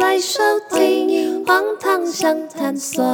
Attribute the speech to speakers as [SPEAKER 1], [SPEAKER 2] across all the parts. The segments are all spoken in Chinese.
[SPEAKER 1] 来收听《荒唐相探索》。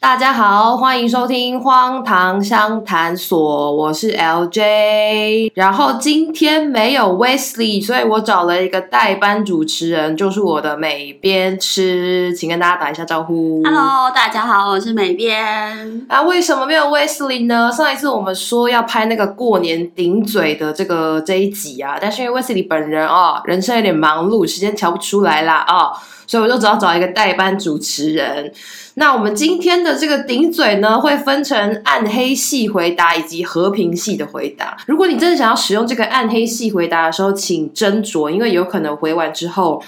[SPEAKER 2] 大家好，欢迎收听《荒唐相谈所》，我是 LJ。然后今天没有 Wesley，所以我找了一个代班主持人，就是我的美边吃，请跟大家打一下招呼。
[SPEAKER 3] Hello，大家好，我是美编。
[SPEAKER 2] 啊，为什么没有 Wesley 呢？上一次我们说要拍那个过年顶嘴的这个这一集啊，但是因为 Wesley 本人啊、人生有点忙碌，时间瞧不出来啦啊、所以我就只好找一个代班主持人。那我们今天的这个顶嘴呢，会分成暗黑系回答以及和平系的回答。如果你真的想要使用这个暗黑系回答的时候，请斟酌，因为有可能回完之后。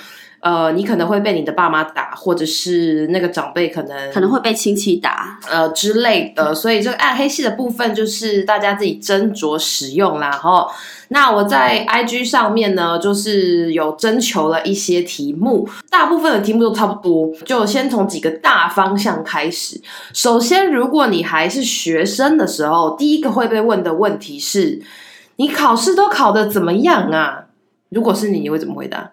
[SPEAKER 2] 呃，你可能会被你的爸妈打，或者是那个长辈可能
[SPEAKER 3] 可能会被亲戚打，
[SPEAKER 2] 呃之类的，所以这个暗黑系的部分就是大家自己斟酌使用啦。吼，那我在 IG 上面呢，就是有征求了一些题目，大部分的题目都差不多，就先从几个大方向开始。首先，如果你还是学生的时候，第一个会被问的问题是：你考试都考得怎么样啊？如果是你，你会怎么回答？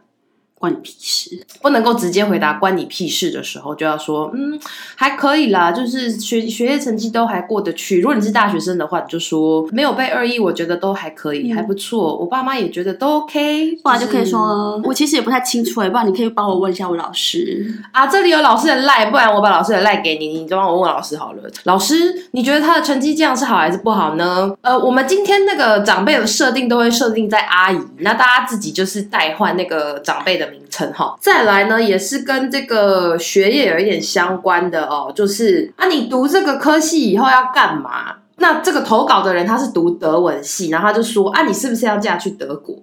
[SPEAKER 3] 关你屁事！
[SPEAKER 2] 不能够直接回答关你屁事的时候，就要说嗯还可以啦，就是学学业成绩都还过得去。如果你是大学生的话，你就说没有被二一，我觉得都还可以，
[SPEAKER 3] 嗯
[SPEAKER 2] 还不错。我爸妈也觉得都 OK，
[SPEAKER 3] 不然就是可以说，我其实也不太清楚哎，不然你可以帮我问一下我老师。
[SPEAKER 2] 啊，这里有老师的赖，不然我把老师的赖给你，你就帮我问老师好了。老师，你觉得他的成绩这样是好还是不好呢？呃，我们今天那个长辈的设定都会设定在阿姨，那大家自己就是代换那个长辈的名称哈。再来呢，也是跟这个学业有一点相关的哦，就是啊，你读这个科系以后要干嘛？那这个投稿的人他是读德文系，然后他就说啊，你是不是要嫁去德国？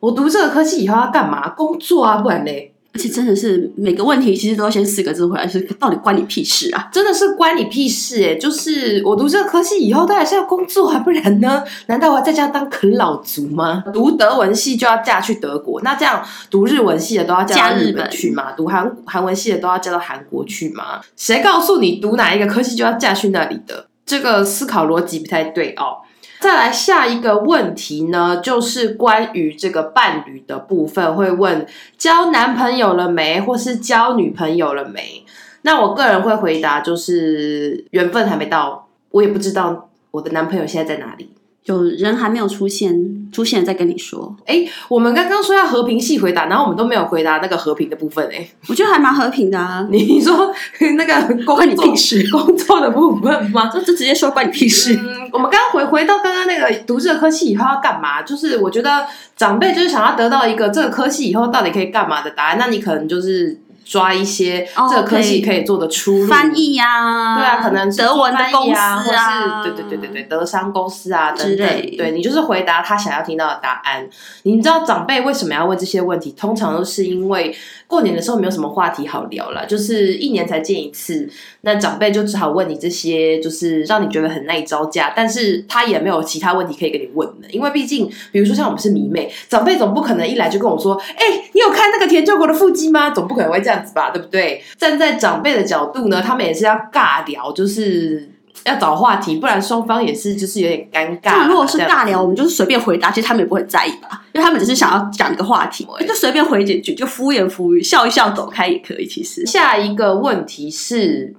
[SPEAKER 2] 我读这个科系以后要干嘛？工作啊，不然嘞。
[SPEAKER 3] 而且真的是每个问题其实都要先四个字回来，是到底关你屁事啊？
[SPEAKER 2] 真的是关你屁事哎、就是我读这个科系以后，当然是要工作啊，不然呢？ 难道我还在家当啃老族吗？读德文系就要嫁去德国，那这样读日文系的都要嫁到
[SPEAKER 3] 嫁日
[SPEAKER 2] 日
[SPEAKER 3] 本
[SPEAKER 2] 本去吗？读韩韩文系的都要嫁到韩国去吗？谁告诉你读哪一个科系就要嫁去那里的？这个思考逻辑不太对哦。再来下一个问题呢，就是关于这个伴侣的部分，会问交男朋友了没，或是交女朋友了没？那我个人会回答就是缘分还没到，我也不知道我的男朋友现在在哪里。
[SPEAKER 3] 有人还没有出现，出现了再跟你说，
[SPEAKER 2] 哎，我们刚刚说要和平系回答，然后我们都没有回答那个和平的部分哎、诶
[SPEAKER 3] 我觉得还蛮和平的啊。
[SPEAKER 2] 你说那个工
[SPEAKER 3] 关你
[SPEAKER 2] 作
[SPEAKER 3] 屁事！
[SPEAKER 2] 工作的部分吗？
[SPEAKER 3] 就就直接说关你屁事。
[SPEAKER 2] 嗯，我们刚刚回回到刚刚那个读这个科系以后要干嘛？就是我觉得长辈就是想要得到一个这个科系以后到底可以干嘛的答案，那你可能就是抓一些
[SPEAKER 3] 哦
[SPEAKER 2] 这个科系
[SPEAKER 3] 可
[SPEAKER 2] 可以做的出路。
[SPEAKER 3] 翻译呀，
[SPEAKER 2] 对啊，可能是
[SPEAKER 3] 德文的
[SPEAKER 2] 翻译
[SPEAKER 3] 公司
[SPEAKER 2] 啊，或
[SPEAKER 3] 啊，
[SPEAKER 2] 是对对对对对，德商公司啊等
[SPEAKER 3] 之
[SPEAKER 2] 等
[SPEAKER 3] 类，
[SPEAKER 2] 对你就是回答他想要听到的答案。你知道长辈为什么要问这些问题？通常都是因为过年的时候没有什么话题好聊了，就是一年才见一次，那长辈就只好问你这些，就是让你觉得很耐招架，但是他也没有其他问题可以给你问的，因为毕竟，比如说像我们是迷妹，长辈总不可能一来就跟我说，哎、你有看那个田救国的腹肌吗？总不可能会这样子吧，对不对？站在长辈的角度呢，他们也是要尬聊，就是要找话题，不然双方也是就是有点尴尬
[SPEAKER 3] 那
[SPEAKER 2] 啊。
[SPEAKER 3] 如果是
[SPEAKER 2] 这样
[SPEAKER 3] 尬聊，我们就是随便回答，其实他们也不会很在意吧，因为他们只是想要讲一个话题，就随便回几句，就敷衍敷衍，笑一笑走开也可以。其实
[SPEAKER 2] 下一个问题是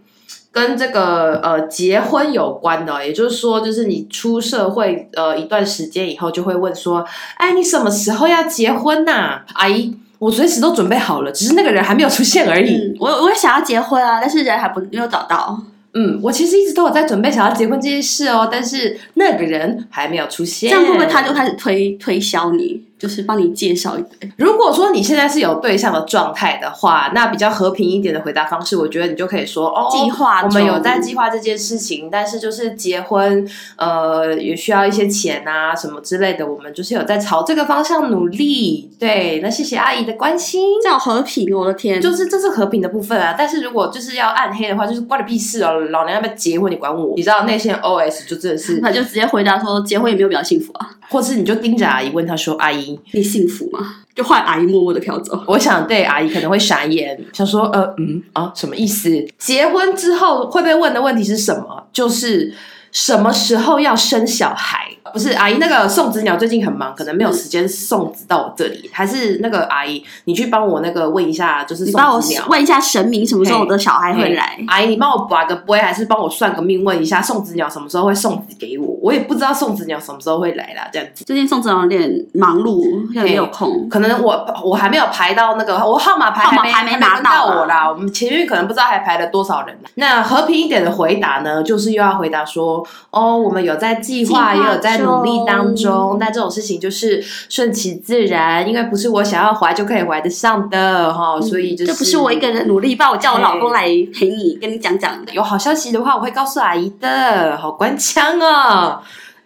[SPEAKER 2] 跟这个呃结婚有关的，也就是说，就是你出社会呃一段时间以后，就会问说，哎，你什么时候要结婚呐、阿姨，我随时都准备好了，只是那个人还没有出现而已。
[SPEAKER 3] 嗯，我我也想要结婚啊，但是人还不没有找到。
[SPEAKER 2] 嗯我其实一直都有在准备想要结婚这件事哦，但是那个人还没有出
[SPEAKER 3] 这
[SPEAKER 2] 现。
[SPEAKER 3] 样会不会他就开始推推销你，就是帮你介绍一堆？
[SPEAKER 2] 如果说你现在是有对象的状态的话，那比较和平一点的回答方式，我觉得你就可以说哦，
[SPEAKER 3] 计划
[SPEAKER 2] 我
[SPEAKER 3] 中
[SPEAKER 2] 们有在计划这件事情，但是就是结婚，呃，也需要一些钱啊什么之类的，我们就是有在朝这个方向努力。对，那谢谢阿姨的关心。
[SPEAKER 3] 这样和平，哦我的天！
[SPEAKER 2] 就是这是和平的部分啊，但是如果就是要暗黑的话，就是关你屁事哦，老娘要不要结婚你管我？你知道内线 OS 就真的 是，
[SPEAKER 3] 他就直接回答说：“结婚也没有比较幸福啊，
[SPEAKER 2] 或是你就盯着阿姨问她说：“阿姨，
[SPEAKER 3] 你幸福吗？”就换阿姨默默的飘走。
[SPEAKER 2] 我想对阿姨可能会傻眼，想说呃嗯啊什么意思？结婚之后会被问的问题是什么？就是什么时候要生小孩？不是阿姨，那个送子鸟最近很忙，可能没有时间送子到我这里，还是那个阿姨，你去帮我那个问一下，就是
[SPEAKER 3] 你
[SPEAKER 2] 送
[SPEAKER 3] 帮我
[SPEAKER 2] 子鸟。
[SPEAKER 3] 问一下神明什么时候我的小孩会来
[SPEAKER 2] 嘿？阿姨，你帮我把个杯，还是帮我算个命，问一下送子鸟什么时候会送子给我？我也不知道送子鸟什么时候会来啦，这样子。
[SPEAKER 3] 最近宋子龙有点忙碌，有点没有空。
[SPEAKER 2] 可能我我还没有排到那个，我号码牌
[SPEAKER 3] 号码
[SPEAKER 2] 没
[SPEAKER 3] 牌
[SPEAKER 2] 还
[SPEAKER 3] 没拿
[SPEAKER 2] 轮到
[SPEAKER 3] 到啊
[SPEAKER 2] 我啦。我们前面可能不知道还排了多少人啦。那和平一点的回答呢，就是又要回答说，哦，我们有在计划，
[SPEAKER 3] 计
[SPEAKER 2] 也
[SPEAKER 3] 划
[SPEAKER 2] 有在努力当中
[SPEAKER 3] 中。
[SPEAKER 2] 但这种事情就是顺其自然，因为不是我想要怀就可以怀得上的哈，所以哦就是
[SPEAKER 3] 嗯这不是我一个人努力吧？我叫我老公来陪你，跟你讲讲。
[SPEAKER 2] 有好消息的话，我会告诉阿姨的。好官腔哦，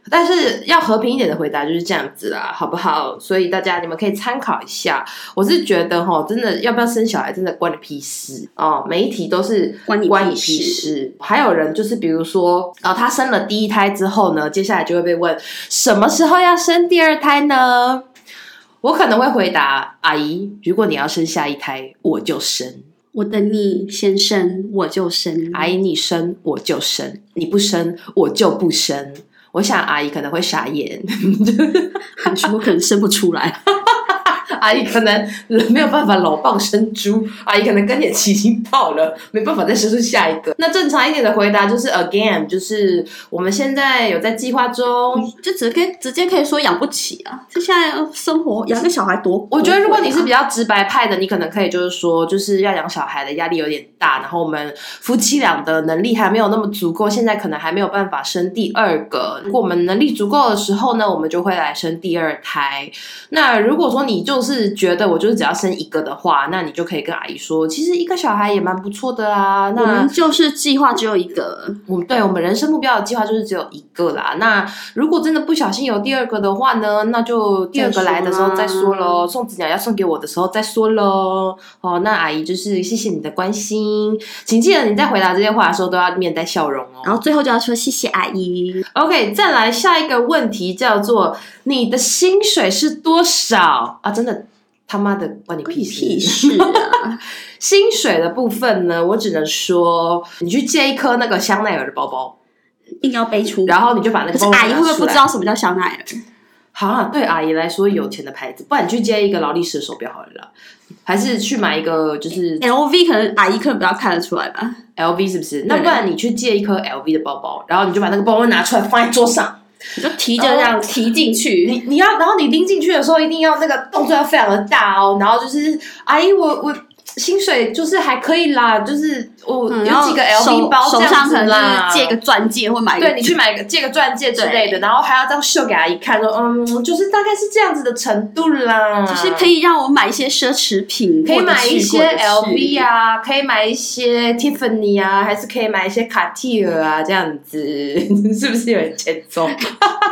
[SPEAKER 2] 但是要和平一点的回答就是这样子啦，好不好？所以大家你们可以参考一下。我是觉得哈，真的要不要生小孩，真的关你屁事哦。每一题都是
[SPEAKER 3] 关你
[SPEAKER 2] 关你
[SPEAKER 3] 屁事
[SPEAKER 2] 屁事。还有人就是比如说，哦，他生了第一胎之后呢，接下来就会被问什么时候要生第二胎呢？我可能会回答阿姨，如果你要生下一胎，我就生。
[SPEAKER 3] 我等你先生，我 就生。哎
[SPEAKER 2] 阿姨你生我就生，你不生我就不生。我想阿姨可能会傻眼，
[SPEAKER 3] 我说我可能生不出来，
[SPEAKER 2] 阿姨可能没有办法老蚌生珠，阿姨可能更年期已经到了，没办法再生出下一个。那正常一点的回答就是 again，就是我们现在有在计划中。
[SPEAKER 3] 就直接直接可以说养不起啊！这现在生活养个小孩多贵啊，
[SPEAKER 2] 我觉得如果你是比较直白派的，你可能可以就是说，就是要养小孩的压力有点大，然后我们夫妻俩的能力还没有那么足够，现在可能还没有办法生第二个。如果我们能力足够的时候呢，我们就会来生第二胎。那如果说你就是觉得我就是只要生一个的话，那你就可以跟阿姨说，其实一个小孩也蛮不错的啊。
[SPEAKER 3] 我
[SPEAKER 2] 那
[SPEAKER 3] 们就是计划只有一个，
[SPEAKER 2] 我们对我们人生目标的计划就是只有一个啦。那如果真的不小心有第二个的话呢，那就第二个来的时候再说喽。送子鸟要送给我的时候再说喽。哦，那阿姨就是谢谢你的关心，请记得你在回答这些话的时候都要面带笑容哦。
[SPEAKER 3] 然后最后就要说谢谢阿姨。
[SPEAKER 2] OK，再来下一个问题叫做你的薪水是多少啊？真的他妈的关你屁事！
[SPEAKER 3] 屁事啊！
[SPEAKER 2] 薪水的部分呢，我只能说你去借一颗那个香奈儿的包包，
[SPEAKER 3] 硬要背出。
[SPEAKER 2] 然后你就把那
[SPEAKER 3] 可
[SPEAKER 2] 个
[SPEAKER 3] 是
[SPEAKER 2] 包包
[SPEAKER 3] 阿姨会不会
[SPEAKER 2] 拿出
[SPEAKER 3] 不
[SPEAKER 2] 来
[SPEAKER 3] 知道什么叫香奈儿？
[SPEAKER 2] 好啦，对阿姨来说有钱的牌子，不然你去接一个劳力士的手表好了啦，还是去买一个就是
[SPEAKER 3] LV 可能阿姨可能比较看得出来吧。
[SPEAKER 2] LV 是不是？那不然你去借一颗 LV 的包包，然后你就把那个包包拿出来放在桌上，
[SPEAKER 3] 你就提着这样提进去，
[SPEAKER 2] 你你要，然后你拎进去的时候一定要那个动作要非常的大哦，然后就是阿姨我我。薪水就是还可以啦，就是我
[SPEAKER 3] 嗯
[SPEAKER 2] 有几个
[SPEAKER 3] 然后
[SPEAKER 2] LV 包
[SPEAKER 3] 手
[SPEAKER 2] 这
[SPEAKER 3] 手
[SPEAKER 2] 样
[SPEAKER 3] 上
[SPEAKER 2] 子
[SPEAKER 3] 可能
[SPEAKER 2] 啦，
[SPEAKER 3] 就是借个钻戒或买一个
[SPEAKER 2] 对你去买个借个钻戒之类的，然后还要这样秀给阿姨看，说嗯，就是大概是这样子的程度啦，
[SPEAKER 3] 就是可以让我买一些奢侈品，
[SPEAKER 2] 可以买一些
[SPEAKER 3] 或者是
[SPEAKER 2] LV。啊，可以买一些 Tiffany 啊，还是可以买一些卡地尔啊，这样子 是不是有点欠揍？
[SPEAKER 3] 啊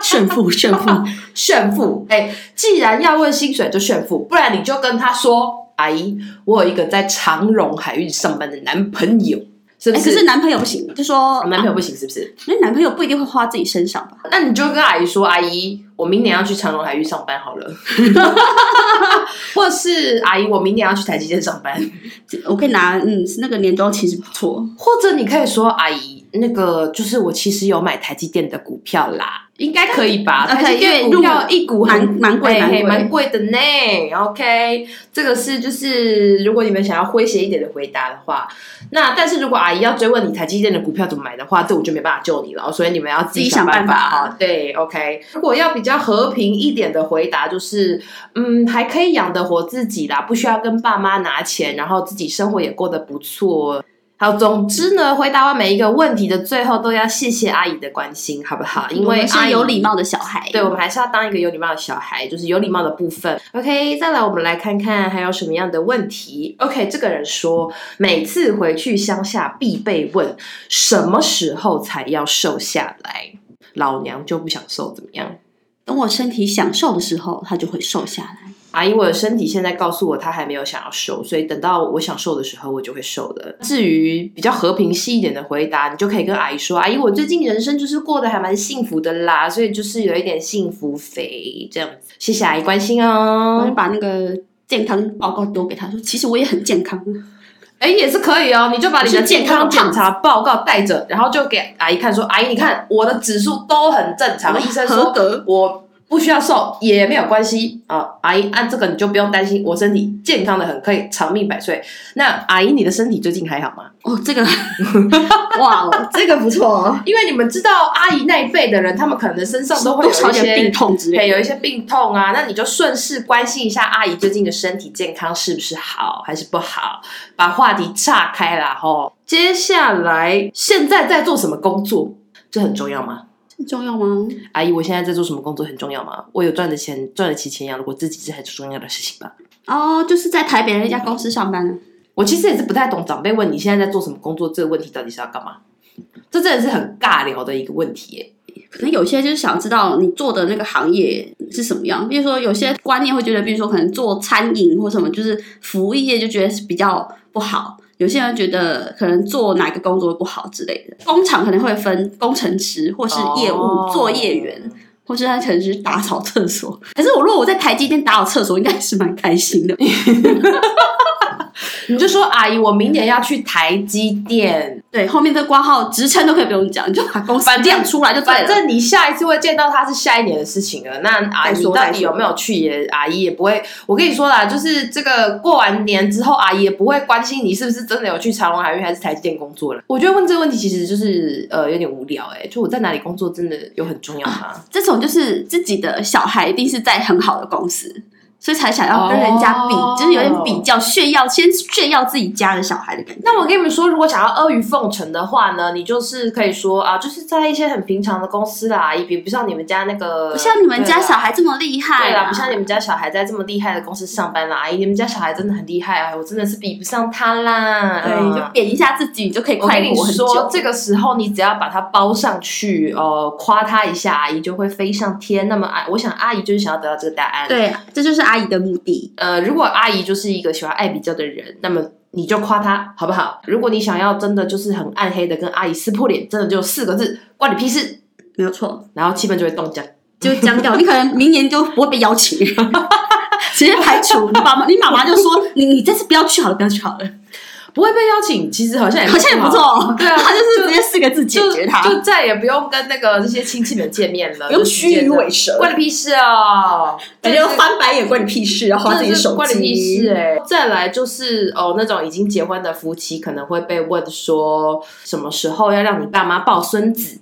[SPEAKER 3] 炫富 炫富，
[SPEAKER 2] 炫富！哎、既然要问薪水，就炫富，不然你就跟他说：“阿姨，我有一个在长荣海运上班的男朋友，是不
[SPEAKER 3] 哎，可
[SPEAKER 2] 是？”
[SPEAKER 3] 是男朋友不行，就说
[SPEAKER 2] 男朋
[SPEAKER 3] 友，
[SPEAKER 2] 友不行，是不是？
[SPEAKER 3] 那男朋友不一定会花自己身上吧？
[SPEAKER 2] 那你就跟阿姨说：“阿姨，我明年要去长荣海运上班好了。” 或是阿姨，我明年要去台积电上班。
[SPEAKER 3] 我可以拿，嗯，那个年终其实不错，
[SPEAKER 2] 或者你可以说，阿姨，那个就是我其实有买台积电的股票啦，应该可以吧？
[SPEAKER 3] 呃
[SPEAKER 2] 台积
[SPEAKER 3] 可以
[SPEAKER 2] 电
[SPEAKER 3] 因为
[SPEAKER 2] 股票
[SPEAKER 3] 入
[SPEAKER 2] 一股很
[SPEAKER 3] 蛮蛮贵
[SPEAKER 2] 嗯嘿嘿蛮
[SPEAKER 3] 蛮
[SPEAKER 2] 贵的呢。OK，这个是就是如果你们想要诙谐一点的回答的话，那但是如果阿姨要追问你台积电的股票怎么买的话，这我就没办法救你了，所以你们要自
[SPEAKER 3] 自己
[SPEAKER 2] 想
[SPEAKER 3] 想
[SPEAKER 2] 办
[SPEAKER 3] 办法
[SPEAKER 2] 哈。对，OK。如果要比较和平一点的回答，就是嗯，还可以养得活自己啦，不需要跟爸妈拿钱，然后自己生活也过得不错。好，总之呢，回答完每一个问题的最后，都要谢谢阿姨的关心，好不好？因
[SPEAKER 3] 我
[SPEAKER 2] 为
[SPEAKER 3] 们
[SPEAKER 2] 阿
[SPEAKER 3] 是
[SPEAKER 2] 姨
[SPEAKER 3] 有礼。貌的小孩。
[SPEAKER 2] 对，我们还是要当一个有礼貌的小孩，就是有礼貌的部分。OK，再来，我们来看看还有什么样的问题。OK，这个人说，每次回去乡下必被问什么时候才要瘦下来，老娘就不想瘦，怎么样？
[SPEAKER 3] 等我身体享受的时候，它就会瘦下来。
[SPEAKER 2] 阿姨，我的身体现在告诉我，她还没有想要瘦，所以等到我想瘦的时候，我就会瘦的。至于比较和平系一点的回答，你就可以跟阿姨说：“阿姨，我最近人生就是过得还蛮幸福的啦，所以就是有一点幸福肥这样子。”谢谢阿姨关心
[SPEAKER 3] 我
[SPEAKER 2] 哦
[SPEAKER 3] 就。把那个健康报告丢给他说，其实我也很健康。
[SPEAKER 2] 哎，也是可以哦，你就把你的
[SPEAKER 3] 是
[SPEAKER 2] 健
[SPEAKER 3] 健康
[SPEAKER 2] 康检
[SPEAKER 3] 胖子
[SPEAKER 2] 查报告带着，然后就给阿姨看，说：“阿姨，你看我的指数都很正 常。”医生
[SPEAKER 3] 合
[SPEAKER 2] 说
[SPEAKER 3] 格：“
[SPEAKER 2] 我不需要瘦也没有关系啊，阿姨按这个你就不用担心，我身体健康的很，可以长命百岁。”那阿姨，你的身体最近还好吗？
[SPEAKER 3] 哦，这个 哇哦，这个不错哦，
[SPEAKER 2] 因为你们知道，阿姨那一辈的人，他们可能身上都会有
[SPEAKER 3] 多少
[SPEAKER 2] 一
[SPEAKER 3] 点病
[SPEAKER 2] 些。
[SPEAKER 3] 痛之
[SPEAKER 2] 对，
[SPEAKER 3] 类的。
[SPEAKER 2] 有一些病痛啊，那你就顺势关心一下阿姨最近的身体健康是不是好还是不好，把话题岔开啦吼。接下来现在在做什么工作，这很重要吗？
[SPEAKER 3] 这重要吗？
[SPEAKER 2] 阿姨，我现在在做什么工作很重要吗？我有赚的钱，赚得起钱养得我自己是很重要的事情吧。
[SPEAKER 3] 哦，就是在台北的一家公司上班啊。
[SPEAKER 2] 我其实也是不太懂长辈问你现在在做什么工作这个问题到底是要干嘛，这真的是很尬聊的一个问题耶、
[SPEAKER 3] 可能有些就是想知道你做的那个行业是什么样，比如说有些观念会觉得，比如说可能做餐饮或什么，就是服务业就觉得是比较不好。有些人觉得可能做哪个工作不好之类的，工厂可能会分工程师或是业务、
[SPEAKER 2] 哦
[SPEAKER 3] 作业员，或是他可能是打扫厕所。可是我如果我在台积电打扫厕所，应该是蛮开心的。
[SPEAKER 2] 你就说阿姨，我明年要去台积电，
[SPEAKER 3] 对，后面的挂号职称都可以不用讲，你就把公司
[SPEAKER 2] 反正
[SPEAKER 3] 亮出来就对
[SPEAKER 2] 反
[SPEAKER 3] 了。
[SPEAKER 2] 正你下一次会见到他是下一年的事情了。那阿
[SPEAKER 3] 再
[SPEAKER 2] 姨
[SPEAKER 3] 说
[SPEAKER 2] 到
[SPEAKER 3] 再
[SPEAKER 2] 底
[SPEAKER 3] 说
[SPEAKER 2] 有没有去也，阿姨也不会。我跟你说啦，就是这个过完年之后，阿姨也不会关心你是不是真的有去长隆海运还是台积电工作了。我觉得问这个问题其实就是呃有点无聊哎、就我在哪里工作真的有很重要吗？
[SPEAKER 3] 这种就是自己的小孩一定是在很好的公司，所以才想要跟人家比，
[SPEAKER 2] 哦
[SPEAKER 3] 就是有点比较炫耀，先炫耀自己家的小孩的感觉。
[SPEAKER 2] 那我跟你们说，如果想要阿谀奉承的话呢，你就是可以说啊，就是在一些很平常的公司啦，阿姨比不上你们家那个，
[SPEAKER 3] 不像你们家
[SPEAKER 2] 对啦啊
[SPEAKER 3] 小孩这么厉害、啊
[SPEAKER 2] 对啊啦，不像你们家小孩在这么厉害的公司上班啦，阿姨，你们家小孩真的很厉害啊，我真的是比不上他啦。嗯
[SPEAKER 3] 对，你就贬一下自己，你就可以
[SPEAKER 2] 啊我
[SPEAKER 3] 快
[SPEAKER 2] 跟你
[SPEAKER 3] 活很久。
[SPEAKER 2] 说，这个时候你只要把他包上去，呃，夸他一下，阿姨就会飞上天。那么阿，我想阿姨就是想要得到这个答案。，
[SPEAKER 3] 对，啊这就是阿姨的目的。
[SPEAKER 2] 呃，如果阿姨就是一个喜欢爱比较的人，那么你就夸她好不好？如果你想要真的就是很暗黑的跟阿姨撕破脸，真的就四个字，关你屁事，
[SPEAKER 3] 没有错，
[SPEAKER 2] 然后气氛就会冻僵。
[SPEAKER 3] 就僵掉。你可能明年就不会被邀请， 直接排除。你爸妈，你妈妈就说你你这次不要去好了，不要去好了，
[SPEAKER 2] 不会被邀请，其实好像也
[SPEAKER 3] 好像也不错。哦。
[SPEAKER 2] 对啊
[SPEAKER 3] 他就是
[SPEAKER 2] 就
[SPEAKER 3] 直接四个字解
[SPEAKER 2] 就
[SPEAKER 3] 决他，
[SPEAKER 2] 就再也不用跟那个这些亲戚们见面了，
[SPEAKER 3] 不用
[SPEAKER 2] 就直接
[SPEAKER 3] 虚与
[SPEAKER 2] 的
[SPEAKER 3] 委蛇，
[SPEAKER 2] 关你屁事哦！
[SPEAKER 3] 直接翻白眼，关你屁事啊！花自
[SPEAKER 2] 真
[SPEAKER 3] 己的
[SPEAKER 2] 的是
[SPEAKER 3] 手机，
[SPEAKER 2] 关你屁事哎、再来就是哦，那种已经结婚的夫妻可能会被问说，什么时候要让你爸妈抱孙子？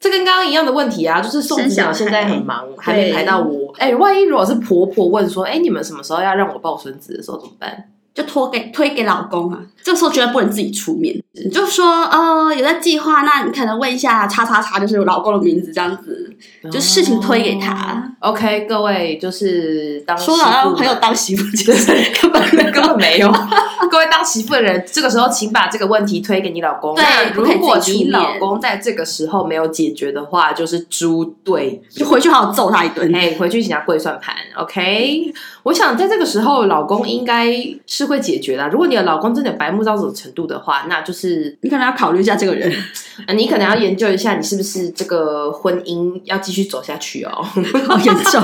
[SPEAKER 2] 这跟刚刚一样的问题啊，就是宋子鸟
[SPEAKER 3] 生小孩欸
[SPEAKER 2] 现在很忙，还没排到我。哎、万一如果是婆婆问说，哎、你们什么时候要让我抱孙子的时候怎么办？
[SPEAKER 3] 就托给推给老公啊。这个时候绝对不能自己出面，你就说呃有在计划，那你可能问一下叉叉叉，就是我老公的名字这样子，就事情推给他。
[SPEAKER 2] 哦 OK，各位就是当
[SPEAKER 3] 说
[SPEAKER 2] 媳
[SPEAKER 3] 好
[SPEAKER 2] 妇
[SPEAKER 3] 像
[SPEAKER 2] 们
[SPEAKER 3] 很有当媳妇，其实 根本没有
[SPEAKER 2] 根本没有。 各位当媳妇的人，这个时候请把这个问题推给你老公。
[SPEAKER 3] 对
[SPEAKER 2] 那
[SPEAKER 3] 不可以
[SPEAKER 2] 如果
[SPEAKER 3] 自
[SPEAKER 2] 你
[SPEAKER 3] 己出面
[SPEAKER 2] 老公在这个时候没有解决的话，就是猪队
[SPEAKER 3] 就
[SPEAKER 2] 友。
[SPEAKER 3] 回去好好揍他一顿。
[SPEAKER 2] 哎、回去请他跪算盘，OK？我想在这个时候，老公应该是会解决的啊。如果你的老公真的白目到这种程度的话，那就是
[SPEAKER 3] 你可能要考虑一下这个人，
[SPEAKER 2] 呃你可能要研究一下，你是不是这个婚姻要继续走下去哦？
[SPEAKER 3] 好严重，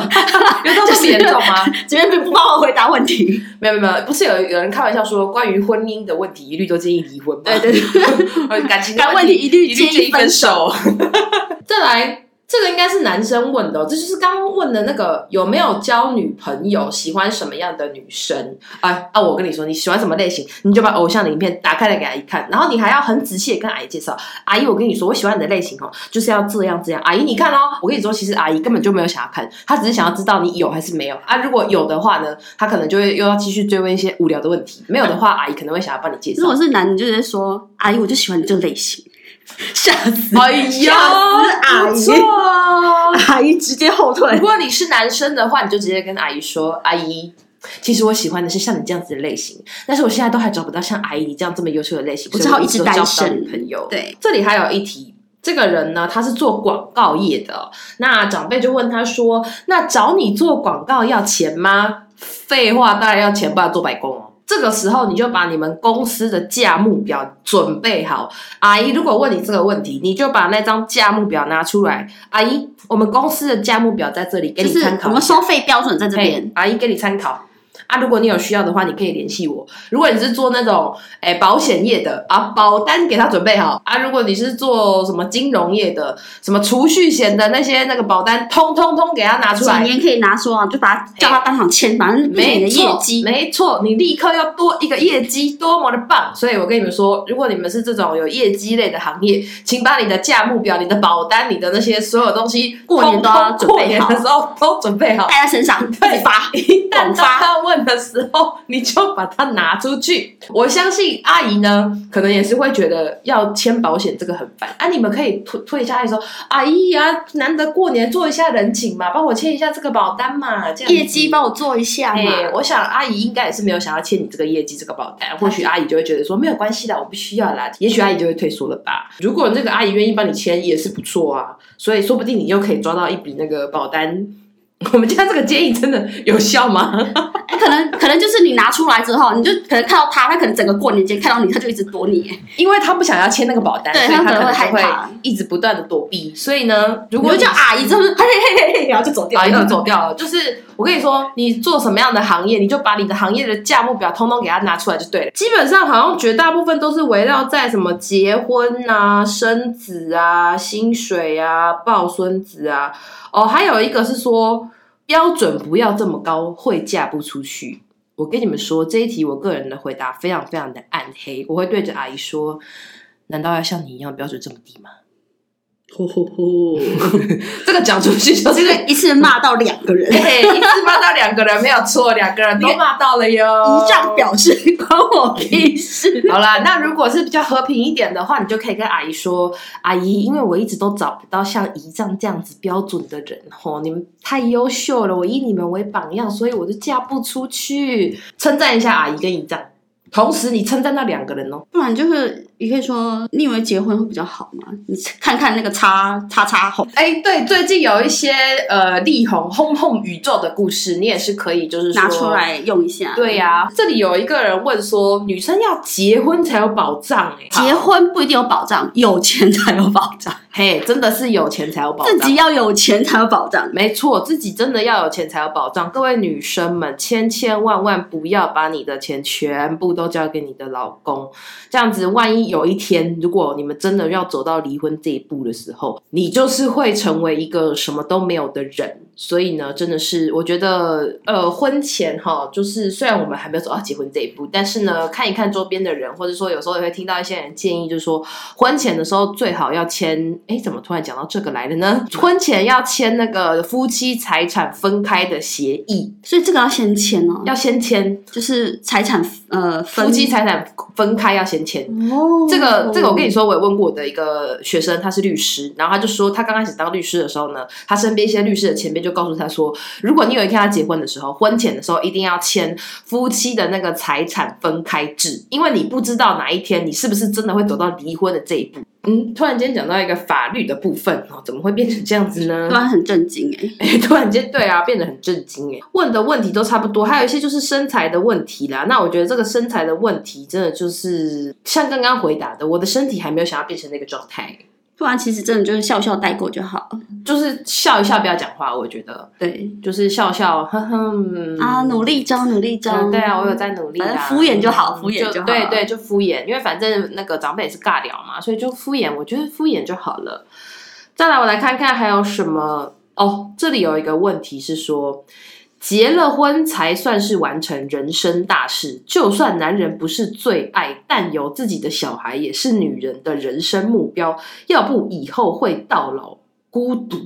[SPEAKER 2] 有到这么严重吗？
[SPEAKER 3] 这边不帮我回答问题。
[SPEAKER 2] 没有没有没有，不是有有人开玩笑说，关于婚姻的问题，一律都建议离婚吗？
[SPEAKER 3] 对对对，
[SPEAKER 2] 呃，感情
[SPEAKER 3] 但
[SPEAKER 2] 的
[SPEAKER 3] 问
[SPEAKER 2] 问
[SPEAKER 3] 题
[SPEAKER 2] 题
[SPEAKER 3] 一律
[SPEAKER 2] 一律
[SPEAKER 3] 建
[SPEAKER 2] 建
[SPEAKER 3] 议
[SPEAKER 2] 议
[SPEAKER 3] 分
[SPEAKER 2] 分
[SPEAKER 3] 手。
[SPEAKER 2] 手。 再来，这个应该是男生问的哦、这就是刚刚问的那个有没有交女朋友，喜欢什么样的女生？哎啊，我跟你说，你喜欢什么类型，你就把偶像的影片打开来给阿姨看，然后你还要很仔细的跟阿姨介绍。阿姨，我跟你说，我喜欢你的类型哦，就是要这样这样。阿姨，你看哦，我跟你说，其实阿姨根本就没有想要看，她只是想要知道你有还是没有啊。如果有的话呢，她可能就会又要继续追问一些无聊的问题；没有的话，阿姨可能会想要帮你介
[SPEAKER 3] 如
[SPEAKER 2] 绍
[SPEAKER 3] 果。是男的，就直接说：“阿姨，我就喜欢你这个类型。”吓死！
[SPEAKER 2] 哎
[SPEAKER 3] 吓死阿姨
[SPEAKER 2] 呀，不错哦
[SPEAKER 3] 阿姨直接后退
[SPEAKER 2] 如。果你是男生的话，你就直接跟阿姨说：“阿姨，其实我喜欢的是像你这样子的类型，但是我现在都还找不到像阿姨你这样这么优秀的类型，
[SPEAKER 3] 我
[SPEAKER 2] 所以
[SPEAKER 3] 只好
[SPEAKER 2] 一
[SPEAKER 3] 一直
[SPEAKER 2] 都交
[SPEAKER 3] 单
[SPEAKER 2] 不到
[SPEAKER 3] 身
[SPEAKER 2] 女朋友。”
[SPEAKER 3] 对，
[SPEAKER 2] 这里还有一题。这个人呢，他是做广告业的哦。那长辈就问他说：“那找你做广告要钱吗？”废话，当然要钱，不然做白工哦。这个时候你就把你们公司的价目表准备好。阿姨，如果问你这个问题，你就把那张价目表拿出来。阿姨，我们公司的价目表在这里给
[SPEAKER 3] 就
[SPEAKER 2] 你
[SPEAKER 3] 是
[SPEAKER 2] 参考一下。
[SPEAKER 3] 我们收费标准在这
[SPEAKER 2] 嘿
[SPEAKER 3] 边，
[SPEAKER 2] 阿姨给你参考。啊，如果你有需要的话，你可以联系我。如果你是做那种哎、保险业的啊，保单给他准备好啊。如果你是做什么金融业的，什么储蓄险的那些那个保单，通通通给他拿出
[SPEAKER 3] 几
[SPEAKER 2] 来。
[SPEAKER 3] 年可以拿出啊，就把他叫他当场签，反正变成
[SPEAKER 2] 没
[SPEAKER 3] 你的业
[SPEAKER 2] 错，
[SPEAKER 3] 绩。
[SPEAKER 2] 没错，你立刻要多一个业绩，多么的棒！所以我跟你们说，如果你们是这种有业绩类的行业，请把你的价目表、你的保单、你的那些所有东西，
[SPEAKER 3] 过年都要
[SPEAKER 2] 通
[SPEAKER 3] 准备
[SPEAKER 2] 通过年
[SPEAKER 3] 好
[SPEAKER 2] 的时候都准备好。
[SPEAKER 3] 带在身上，对发，
[SPEAKER 2] 一旦
[SPEAKER 3] 广
[SPEAKER 2] 到
[SPEAKER 3] 发
[SPEAKER 2] 他问的时候，你就把它拿出去。我相信阿姨呢，可能也是会觉得要签保险这个很烦啊。你们可以推推一下阿姨说，阿姨啊，难得过年做一下人情嘛，帮我签一下这个保单嘛，这样子
[SPEAKER 3] 业绩帮我做一下嘛
[SPEAKER 2] 哎、。我想阿姨应该也是没有想要签你这个业绩这个保单，或许阿姨就会觉得说没有关系啦，我不需要啦，也许阿姨就会退缩了吧。如果那个阿姨愿意帮你签，也是不错啊，所以说不定你又可以抓到一笔那个保单。 我们家这个建议真的有效吗？
[SPEAKER 3] 哎可能可能就是你拿出来之后，你就可能看到他，他可能整个过年间看到你，他就一直躲你。哎
[SPEAKER 2] 因为他不想要签那个保单，
[SPEAKER 3] 对
[SPEAKER 2] 所以
[SPEAKER 3] 他可
[SPEAKER 2] 可
[SPEAKER 3] 能
[SPEAKER 2] 能
[SPEAKER 3] 会
[SPEAKER 2] 就
[SPEAKER 3] 害怕
[SPEAKER 2] 会一直不断的躲避。所以呢，如
[SPEAKER 3] 我
[SPEAKER 2] 果
[SPEAKER 3] 就
[SPEAKER 2] 你
[SPEAKER 3] 叫阿姨，之后就嘿嘿嘿 嘿，然哎后就走掉。
[SPEAKER 2] 啊，又走掉了。就是我跟你说，你做什么样的行业，你就把你的行业的价目表通通给它拿出来就对了。基本上好像绝大部分都是围绕在什么结婚啊、生子啊、薪水啊、抱孙子啊。哦，还有一个是说标准不要这么高，会嫁不出去。我跟你们说，这一题我个人的回答非常非常的暗黑，我会对着阿姨说：难道要像你一样标准这么低吗？
[SPEAKER 3] 呼呼呼，
[SPEAKER 2] 这个讲出去就
[SPEAKER 3] 这
[SPEAKER 2] 是
[SPEAKER 3] 个一次骂到两 个 人，
[SPEAKER 2] 哎、一次骂到两个人没有错，两个人都骂到了哟。
[SPEAKER 3] 以上表示关我屁事。
[SPEAKER 2] 好啦，那如果是比较和平一点的话，你就可以跟阿姨说：“阿姨，因为我一直都找不到像姨丈这样子标准的人吼，你们太优秀了，我以你们为榜样，所以我就嫁不出去。”称赞一下阿姨跟姨丈，同时你称赞到两个人哦。
[SPEAKER 3] 不然就是你可以说，你以为结婚会比较好吗？你看看那个叉叉叉红，
[SPEAKER 2] 哎、对，最近有一些呃力宏轰轰宇宙的故事，你也是可以就是
[SPEAKER 3] 拿出。来用一下。
[SPEAKER 2] 对呀、这里有一个人问说，女生要结婚才有保障哎、
[SPEAKER 3] 结婚不一定有保障，有钱才有保障，
[SPEAKER 2] 嘿真的是有钱才有 保障。
[SPEAKER 3] 自己要有钱才有保障。
[SPEAKER 2] 没错，自己真的要有钱才有保障。各位女生们，千千万万不要把你的钱全部都交给你的老公，这样子，万一有一天，如果你们真的要走到离婚这一步的时候，你就是会成为一个什么都没有的人。所以呢，真的是我觉得，呃，婚前哈，就是虽然我们还没有走到结婚这一步，但是呢，看一看周边的人，或者说有时候也会听到一些人建议，就是说婚前的时候最好要签，哎，怎么突然讲到这个来了呢？ 婚前要签那个夫妻财产分开的协议，
[SPEAKER 3] 所以这个要先签哦，
[SPEAKER 2] 要先签
[SPEAKER 3] 就是财产呃分
[SPEAKER 2] 夫妻财产分开要先签。
[SPEAKER 3] 哦，
[SPEAKER 2] 这个这个，我跟你说，我也问过我的一个学生，他是律师，然后他就说，他刚开始当律师的时候呢，他身边一些律师的前辈就告诉他说，如果你有一天要结婚的时候，婚前的时候一定要签夫妻的那个财产分开制，因为你不知道哪一天你是不是真的会走到离婚的这一步。嗯，突然间讲到一个法律的部分哦，怎么会变成这样子呢？
[SPEAKER 3] 突然很震惊哎，
[SPEAKER 2] 哎、 突然间，对啊，变得很震惊哎。问的问题都差不多，还有一些就是身材的问题啦。那我觉得这个身材的问题，真的就是像刚刚回答的，我的身体还没有想要变成那个状态，
[SPEAKER 3] 不然其实真的就是笑笑带过就好了。
[SPEAKER 2] 就是笑一笑，不要讲话。我觉得
[SPEAKER 3] 对
[SPEAKER 2] 就是笑笑，哼哼
[SPEAKER 3] 啊，努力中，努力中。
[SPEAKER 2] 嗯对啊，我有在努力啦。
[SPEAKER 3] 反正敷衍就好
[SPEAKER 2] 嗯
[SPEAKER 3] 敷衍就好
[SPEAKER 2] 对对，就敷衍，因为反正那个长辈也是尬聊嘛，所以就敷衍，我觉得敷衍就好了。再来，我来看看还有什么哦。这里有一个问题是说，结了婚才算是完成人生大事。就算男人不是最爱，但有自己的小孩也是女人的人生目标，要不以后会到老孤独。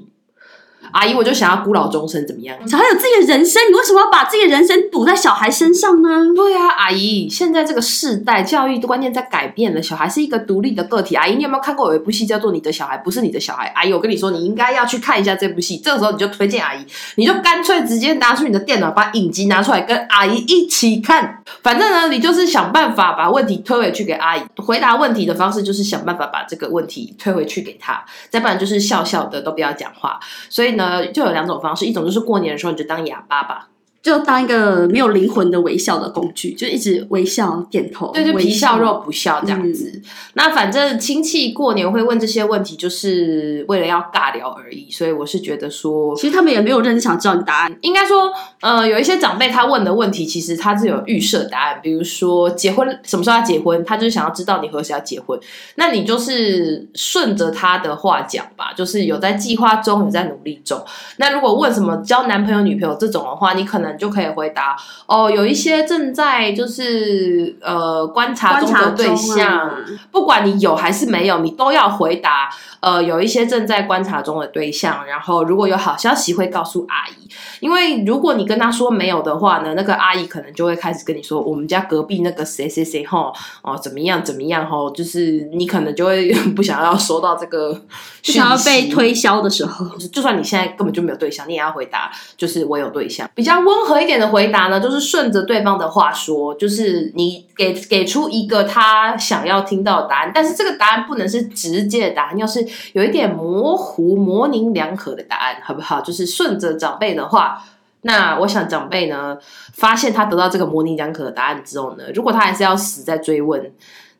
[SPEAKER 2] 阿姨，我就想要孤老终生，怎么样？
[SPEAKER 3] 小孩有自己的人生，你为什么要把自己的人生赌在小孩身上呢？
[SPEAKER 2] 对啊，阿姨，现在这个世代教育观念在改变了，小孩是一个独立的个体。阿姨，你有没有看过有一部戏叫做《你的小孩不是你的小孩》？阿姨，我跟你说，你应该要去看一下这部戏。这个时候你就推荐阿姨，你就干脆直接拿出你的电脑，把影集拿出来跟阿姨一起看。反正呢，你就是想办法把问题推回去给阿姨。回答问题的方式就是想办法把这个问题推回去给她，再不然就是笑笑的都不要讲话。所以呢，就有两种方式，一种就是过年的时候你就当哑巴吧，
[SPEAKER 3] 就当一个没有灵魂的微笑的工具，就一直微笑点头，
[SPEAKER 2] 对，就
[SPEAKER 3] 微
[SPEAKER 2] 皮笑肉不笑这样
[SPEAKER 3] 嗯
[SPEAKER 2] 子。那反正亲戚过年会问这些问题，就是为了要尬聊而已。所以我是觉得说，
[SPEAKER 3] 其实他们也没有认真想知道你答案，
[SPEAKER 2] 嗯应该说，呃，有一些长辈他问的问题，其实他是有预设答案，比如说结婚什么时候要结婚，他就是想要知道你何时要结婚，那你就是顺着他的话讲吧，就是有在计划中，有在努力中。那如果问什么交男朋友、女朋友这种的话，你可能就可以回答哦，有一些正在就是呃观察
[SPEAKER 3] 观
[SPEAKER 2] 中
[SPEAKER 3] 察
[SPEAKER 2] 的
[SPEAKER 3] 中
[SPEAKER 2] 对象，
[SPEAKER 3] 啊
[SPEAKER 2] 不管你有还是没有，你都要回答。呃，有一些正在观察中的对象，然后如果有好消息会告诉阿姨，因为如果你跟她说没有的话呢，那个阿姨可能就会开始跟你说，我们家隔壁那个谁谁谁吼哦怎么样怎么样吼，就是你可能就会 不想要收到这个
[SPEAKER 3] 不
[SPEAKER 2] 讯息，
[SPEAKER 3] 想要被推销的时候，
[SPEAKER 2] 就是就算你现在根本就没有对象，你也要回答，就是我有对象。比较温和一点的回答呢，就是顺着对方的话说，就是你给给出一个他想要听到的答案，但是这个答案不能是直接的答案，要是有一点模糊、模棱两可的答案，好不好？就是顺着长辈的话。那我想长辈呢，发现他得到这个模棱两可的答案之后呢，如果他还是要死在追问，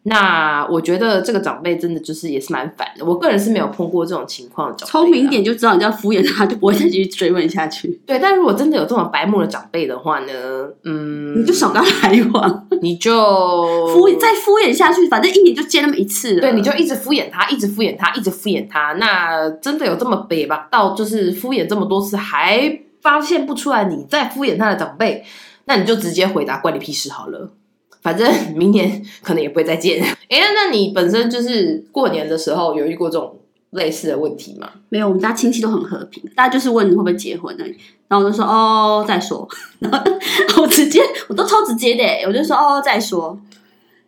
[SPEAKER 2] 那我觉得这个长辈真的就是也是蛮烦的。我个人是没有碰过这种情况的长辈啦，啊
[SPEAKER 3] 聪明一点就知道你在敷衍他，就不会再继续追问下去，
[SPEAKER 2] 对，但如果真的有这种白目的长辈的话呢，嗯，
[SPEAKER 3] 你就少跟他来往，
[SPEAKER 2] 你就
[SPEAKER 3] 敷再敷衍下去，反正一年就见那么一次了，
[SPEAKER 2] 对，你就一直敷衍他，一直敷衍他，一直敷衍他。那真的有这么北吧？到就是敷衍这么多次，还发现不出来你在敷衍他的长辈，那你就直接回答关你屁事好了。反正 明年可能也不会再见。 哎，那你本身就是过年的时候有遇过这种类似的问题吗？
[SPEAKER 3] 没有，我们家亲戚都很和平，大家就是问你会不会结婚而已。然后我就说哦，再说。 然后 我直接我都超直接的欸，我就说哦，再说。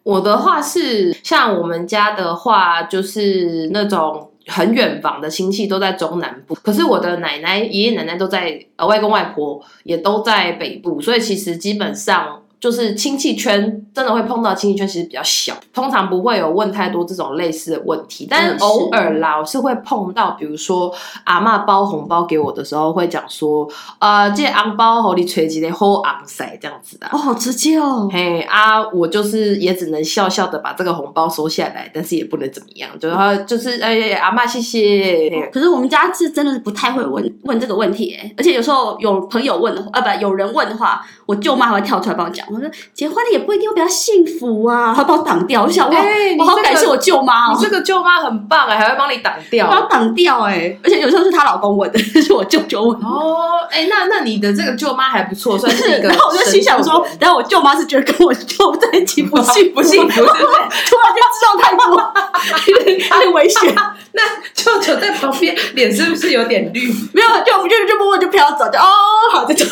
[SPEAKER 2] 我的话是，像我们家的话，就是那种很远房的亲戚都在中南部，可是我的奶奶、爷爷奶奶都在，呃，外公外婆也都在北部，所以其实基本上。就是亲戚圈真的会碰到亲戚圈，其实比较小，通常不会有问太多这种类似的问题，但
[SPEAKER 3] 嗯是
[SPEAKER 2] 偶尔啦，我是会碰到，比如说阿嬷包红包给我的时候，会讲说，呃，这红包给你吹几个好红塞这样子的、
[SPEAKER 3] 哦，好直接哦。
[SPEAKER 2] 嘿啊，我就是也只能笑笑的把这个红包收下来，但是也不能怎么样，就是他就是哎、阿嬷谢谢。
[SPEAKER 3] 可是我们家是真的不太会问问这个问题哎，而且有时候有朋友问的话，啊不，有人问的话，我舅妈还会跳出来帮我讲，我说结婚了也不一定会比较幸福啊，她把我挡掉，我就想哇，
[SPEAKER 2] 哎你
[SPEAKER 3] 我好
[SPEAKER 2] 这个
[SPEAKER 3] 感谢我舅妈哦
[SPEAKER 2] 你，这个舅妈很棒哎、还会帮你挡
[SPEAKER 3] 把我
[SPEAKER 2] 掉。
[SPEAKER 3] 挡掉哎，而且有时候是她老公问的，是我舅舅问的。
[SPEAKER 2] 哦，哎、那那你的这个舅妈还不错，算是一个。
[SPEAKER 3] 然后我就心想说，然后我舅妈是觉得跟我舅在一起不 幸
[SPEAKER 2] 不幸福
[SPEAKER 3] 突然 间知道太多，有点有点 危险。
[SPEAKER 2] 那舅舅在旁边，脸是不是有点绿？
[SPEAKER 3] 没有，就就就默默就飘走，就哦，好，就走。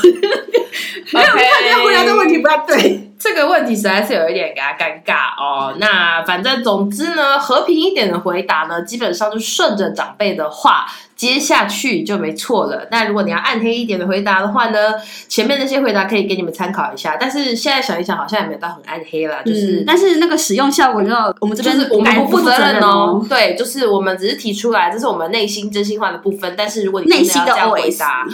[SPEAKER 3] 没有，没有，没有，回答这个问题不太对。
[SPEAKER 2] 这个问题实在是有一点给他尴尬哦。那反正总之呢，和平一点的回答呢，基本上就顺着长辈的话接下去就没错了。那如果你要暗黑一点的回答的话呢，前面那些回答可以给你们参考一下，但是现在想一想，好像也没有到很暗黑啦，就是。
[SPEAKER 3] 嗯，但是那个使用效果，你知道，我们这
[SPEAKER 2] 就
[SPEAKER 3] 边
[SPEAKER 2] 是我们
[SPEAKER 3] 改
[SPEAKER 2] 不负责
[SPEAKER 3] 责
[SPEAKER 2] 任哦
[SPEAKER 3] 哦。，
[SPEAKER 2] 对，就是我们只是提出来，这是我们内心真心话的部分。但是如果你真
[SPEAKER 3] 内心
[SPEAKER 2] 的要
[SPEAKER 3] 的
[SPEAKER 2] 这样回
[SPEAKER 3] OS
[SPEAKER 2] 答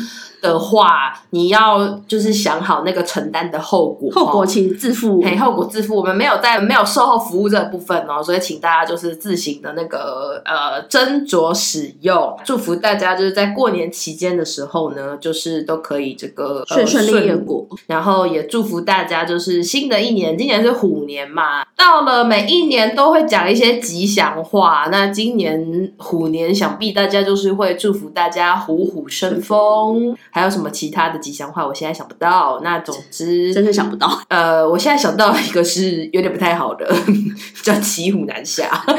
[SPEAKER 2] 的话，你要就是想好那个承担的后果，
[SPEAKER 3] 后
[SPEAKER 2] 哦
[SPEAKER 3] 果请自负。
[SPEAKER 2] 赔后果自负，我们没有在没有售后服务这部分哦，所以请大家就是自行的那个呃斟酌使用。祝福大家就是在过年期间的时候呢，就是都可以这个呃
[SPEAKER 3] 顺顺利利的过，
[SPEAKER 2] 然后也祝福大家，就是新的一年，今年是虎年嘛，到了每一年都会讲一些吉祥话。那今年虎年，想必大家就是会祝福大家虎虎生风，还有什么其他的吉祥话，我现在想不到。那总之，
[SPEAKER 3] 真的想不到，
[SPEAKER 2] 呃，我现在想到一个是有点不太好的， 叫骑虎难下。
[SPEAKER 3] 哎，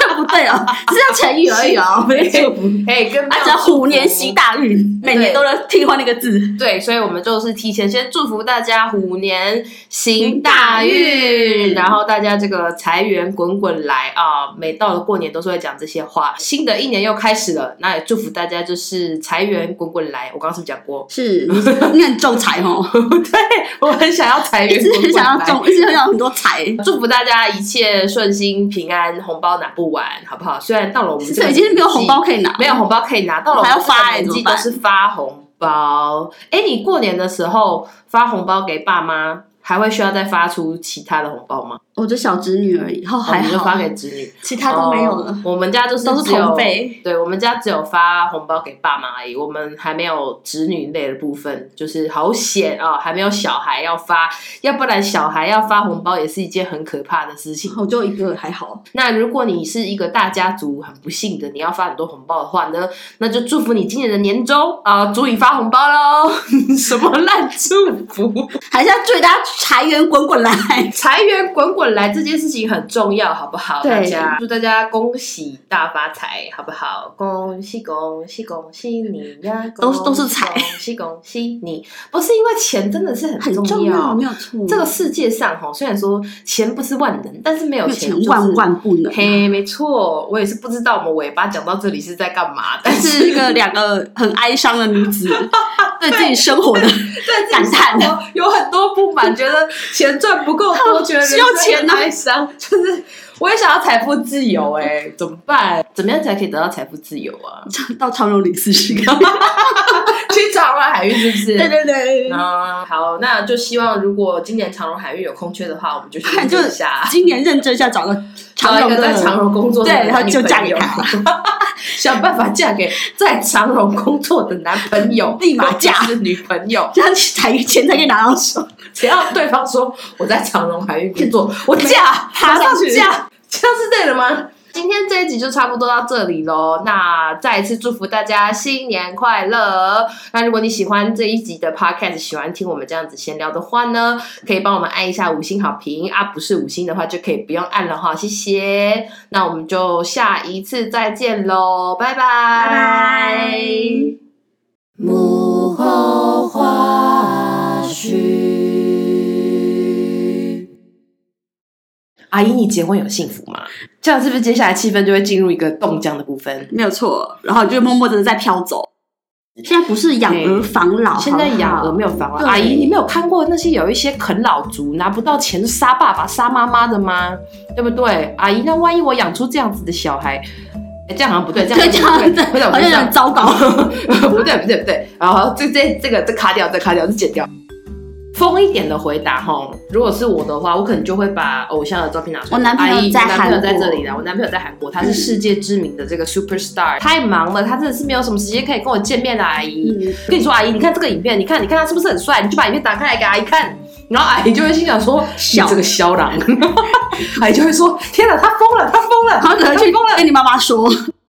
[SPEAKER 3] 这不对 哦，是要成语而已哦，不是祝福。
[SPEAKER 2] 哎、跟
[SPEAKER 3] 啊，只要虎年行大运，每年都能替换那个字。
[SPEAKER 2] 对，所以我们就是提前先祝福大家虎年行大运，然后大家这个财源滚滚来啊！每到了过年都是会讲这些话，新的一年又开始了，那也祝福大家就是财源滚滚来。我刚刚是不是讲过，
[SPEAKER 3] 是，你你很中财 哦，
[SPEAKER 2] 对 我很想要财
[SPEAKER 3] 一
[SPEAKER 2] 源
[SPEAKER 3] 直
[SPEAKER 2] 滚
[SPEAKER 3] 很
[SPEAKER 2] 滚
[SPEAKER 3] 想要
[SPEAKER 2] 来。
[SPEAKER 3] 中，一直很想要很多财。
[SPEAKER 2] 祝福大家一切顺心平安，红包拿不完，好不好？虽然到了我们
[SPEAKER 3] 其
[SPEAKER 2] 这
[SPEAKER 3] 实
[SPEAKER 2] 个
[SPEAKER 3] 已经没有
[SPEAKER 2] 年
[SPEAKER 3] 红
[SPEAKER 2] 纪
[SPEAKER 3] 包可以拿，哦
[SPEAKER 2] 没有红包可以拿到了，
[SPEAKER 3] 还要发
[SPEAKER 2] 哎，
[SPEAKER 3] 欸
[SPEAKER 2] 年纪
[SPEAKER 3] 怎
[SPEAKER 2] 都
[SPEAKER 3] 么办
[SPEAKER 2] 是发红包。哎，你过年的时候发红包给爸妈，还会需要再发出其他的红包吗？
[SPEAKER 3] 我的小侄女而已，哦，还
[SPEAKER 2] 哦你就
[SPEAKER 3] 好，
[SPEAKER 2] 发给子女，
[SPEAKER 3] 其他都没有
[SPEAKER 2] 哦
[SPEAKER 3] 了，
[SPEAKER 2] 我们家就是
[SPEAKER 3] 都是
[SPEAKER 2] 只有
[SPEAKER 3] 同辈。
[SPEAKER 2] 对我们家只有发红包给爸妈而已，我们还没有子女类的部分，就是好险啊、还没有小孩要发，要不然小孩要发红包也是一件很可怕的事情。
[SPEAKER 3] 我就一个还好，
[SPEAKER 2] 那如果你是一个大家族，很不幸的你要发很多红包的话呢，那就祝福你今年的年终啊、祝你发红包喽！ 什么烂祝福？
[SPEAKER 3] 还是要祝大家财源滚滚来。
[SPEAKER 2] 财源滚滚来这件事情很重要，好不好？
[SPEAKER 3] 对
[SPEAKER 2] 大家祝大家恭喜大发财，好不好？恭喜恭喜恭喜你呀！
[SPEAKER 3] 都是都是
[SPEAKER 2] 恭喜
[SPEAKER 3] 财
[SPEAKER 2] 恭喜恭喜你！不是因为钱真的是很
[SPEAKER 3] 很
[SPEAKER 2] 重
[SPEAKER 3] 重要，没有错。
[SPEAKER 2] 这个世界上哈，虽然说钱不是万能，但是没有
[SPEAKER 3] 没有
[SPEAKER 2] 钱
[SPEAKER 3] 钱
[SPEAKER 2] 就是
[SPEAKER 3] 万万不能，
[SPEAKER 2] 嘿，没错，我也是不知道我们尾巴讲到这里是在干 嘛，但是
[SPEAKER 3] 是一个两个很哀伤的女 子对自己生活的
[SPEAKER 2] 对
[SPEAKER 3] 感
[SPEAKER 2] 自己
[SPEAKER 3] 叹。
[SPEAKER 2] 生活有很多不满，觉得钱赚不够多，觉得人
[SPEAKER 3] 需要
[SPEAKER 2] 生
[SPEAKER 3] 钱啊
[SPEAKER 2] 很哀伤， 就是我也想要财富自由、 哎，怎么办？怎么样才可以得到财富自由啊？
[SPEAKER 3] 到长荣领四十个，
[SPEAKER 2] 去长隆海域是不是？
[SPEAKER 3] 对对对。
[SPEAKER 2] 嗯，好，那就希望如果今年长隆海域有空缺的话，我 们就去认真一下。
[SPEAKER 3] 今年认真一下，找个长
[SPEAKER 2] 找一
[SPEAKER 3] 荣
[SPEAKER 2] 个
[SPEAKER 3] 的
[SPEAKER 2] 在长荣工作的
[SPEAKER 3] 对
[SPEAKER 2] 男
[SPEAKER 3] 他就
[SPEAKER 2] 女
[SPEAKER 3] 嫁
[SPEAKER 2] 朋
[SPEAKER 3] 给
[SPEAKER 2] 友
[SPEAKER 3] 他
[SPEAKER 2] 想办法嫁给在长荣工作的男朋 友，
[SPEAKER 3] 立马嫁
[SPEAKER 2] 或者是女朋友。
[SPEAKER 3] 这样才钱才可以拿到手。
[SPEAKER 2] 只要对方说我在长荣海运工作，我嫁，
[SPEAKER 3] 爬上去
[SPEAKER 2] 嫁，这样是对的吗？今天这一集就差不多到这里喽。那再一次祝福大家新年快乐！那如果你喜欢这一集的 podcast，喜欢听我们这样子闲聊的话呢，可以帮我们按一下五星好评啊，不是五星的话就可以不用按了哈，谢谢。那我们就下一次再见喽，拜拜。
[SPEAKER 3] 拜拜
[SPEAKER 1] 幕后花絮。
[SPEAKER 2] 阿姨，你结婚有幸福吗？这样是不是接下来气氛就会进入一个冻僵的部分？
[SPEAKER 3] 没有错，然后就默默的在飘走。现在不是养儿防老，
[SPEAKER 2] 现在
[SPEAKER 3] 好不好
[SPEAKER 2] 养鹅没有防老，
[SPEAKER 3] 对
[SPEAKER 2] 阿姨，你没有看过那些有一些啃老族拿不到钱就杀爸爸杀妈妈的吗？对不对？阿姨，那万一我养出这样子的小孩，哎，这样好像不 对，这样
[SPEAKER 3] 对这样
[SPEAKER 2] 不对，不对，
[SPEAKER 3] 好像有点糟 糕
[SPEAKER 2] 不对不对不对，然后这这这个这卡掉，这卡掉，这剪掉。疯一点的回答哈，如果是我的话，我可能就会把偶像的照片拿出来。
[SPEAKER 3] 我男朋友
[SPEAKER 2] 阿姨
[SPEAKER 3] 在
[SPEAKER 2] 我男朋友在
[SPEAKER 3] 韩国
[SPEAKER 2] 这里啦，我男朋友在韩国，他是世界知名的这个 super star，、太忙了，他真的是没有什么时间可以跟我见面啦，阿姨。
[SPEAKER 3] 嗯
[SPEAKER 2] 跟你说，阿姨，你看这个影片，你看，你看他是不是很帅？你就把影片打开来给阿姨看。然后阿姨就会心想说：“你
[SPEAKER 3] 笑
[SPEAKER 2] 这个肖 郎。”阿姨就会说：“天哪，他疯了，他疯了，
[SPEAKER 3] 然后可能去
[SPEAKER 2] 他疯了。”
[SPEAKER 3] 跟你妈妈说。